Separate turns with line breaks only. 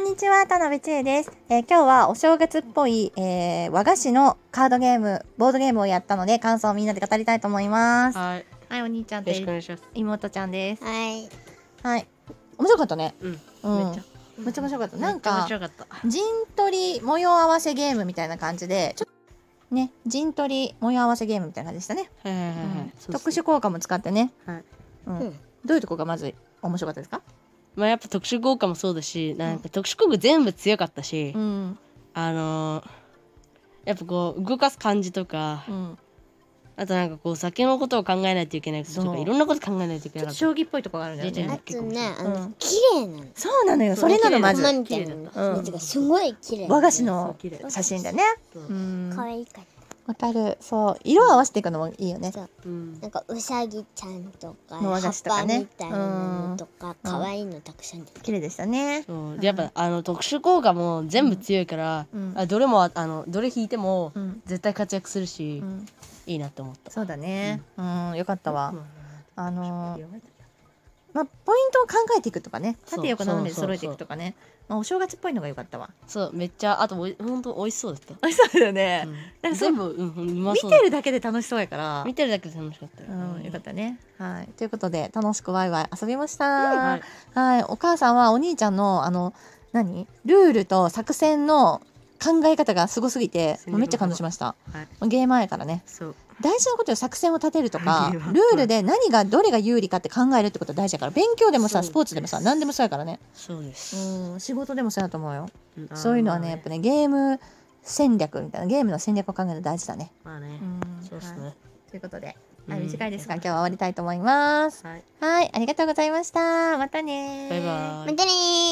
んにちは、田辺千恵です、えー今日はお正月っぽい、えー和菓子のカードゲーム、ボードゲームをやったので、感想をみんなで語りたいと思います。は
はい、よ
い、お兄ちゃんと
ろしくお願いします。
妹ちゃんです。
はい。
はい。面白かったね。
うん
うん。めっ
めっち
ちゃ面白かった。
ゃ
なん
め
か
っち、ゃ面白かった。
陣取り模様合わせゲームみたいな感じで、ちょっと、ね、陣取り模様合わせゲームみたいな感じでしたね。
はいはい
うん
はいはいそう
特
そう
殊効果も使ってね。
はい
うん
うん
どういうとこがまず面白かったですか
まあやっぱ特殊効果もそうだし、なんか特殊効果全部強かったし、
ん。
あのーやっぱこう動かす感じとか、
うん。
あとなんかこう先のことを考えないといけないことと
そう
かいろんなこと考えないといけ
ちょっ
な
と
いそ
将棋っぽいとこがあるんだよ
出て
ね
る
あ。とね、あ
うん
の、綺麗なの。
そうなのよ。
そう
それなの
綺麗な
ま
ず
ず
熊。みたいな。
うん
やつがすごい綺麗。
和菓子
そう
の
綺麗
写真だね。
う
うん
可愛いかっ
わかる。そう。色を合わせていくのもいいよね。
うん
た。なんかうさぎちゃんとか、
の和菓子とかね
葉っぱみたいなのとか、可愛いのたくさん出て
綺麗でしたね。
そうでやっぱあの特殊効果も全部強いから、
うん
あどれもああのどれ引いても
うん。
絶対活躍するし、
うん
いいなって思った。
そうだね。うん。よかったわ
う。ん
あのー、まあ、ポイントを考えていくとかね。
そう
縦横斜めで揃えていくとかね。まあ、お正月っぽいのがよかったわ。
そうめっちゃあとおい本当美味しそうだった。
あそうだよね。
う
なん
ん、
かそう
全部うんうんうま
見
そう
てるだけで楽しそうやから
見。てるだけで楽しかったよ。
うん、よかったね。はい。ということで、楽しくワイワイ遊びました。
はい、
はい、お母さんはお兄ちゃんのあの何ルールと作戦の考え方がすごすぎて
すごい
めっちゃ感動しました、
はい
ゲーマーやからね
そう
大事なことよ作戦を立てるとか
ゲーマー
ルールで何がどれが有利かって考えるってことは大事だから勉強でもさ
そう
スポーツでもさ何でもそうやからね
そうです。
うん仕事でもそうやと思うよ
んあー
そういうのはねやっぱねゲーム戦略みたいなゲームの戦略を考えるの大事だね、
まあね。そうです
は
ね。
いということで、
うん
はい、短いですが今日は終わりたいと思います
はい。
はいありがとうございましたまたねー
バイバイ。
またねー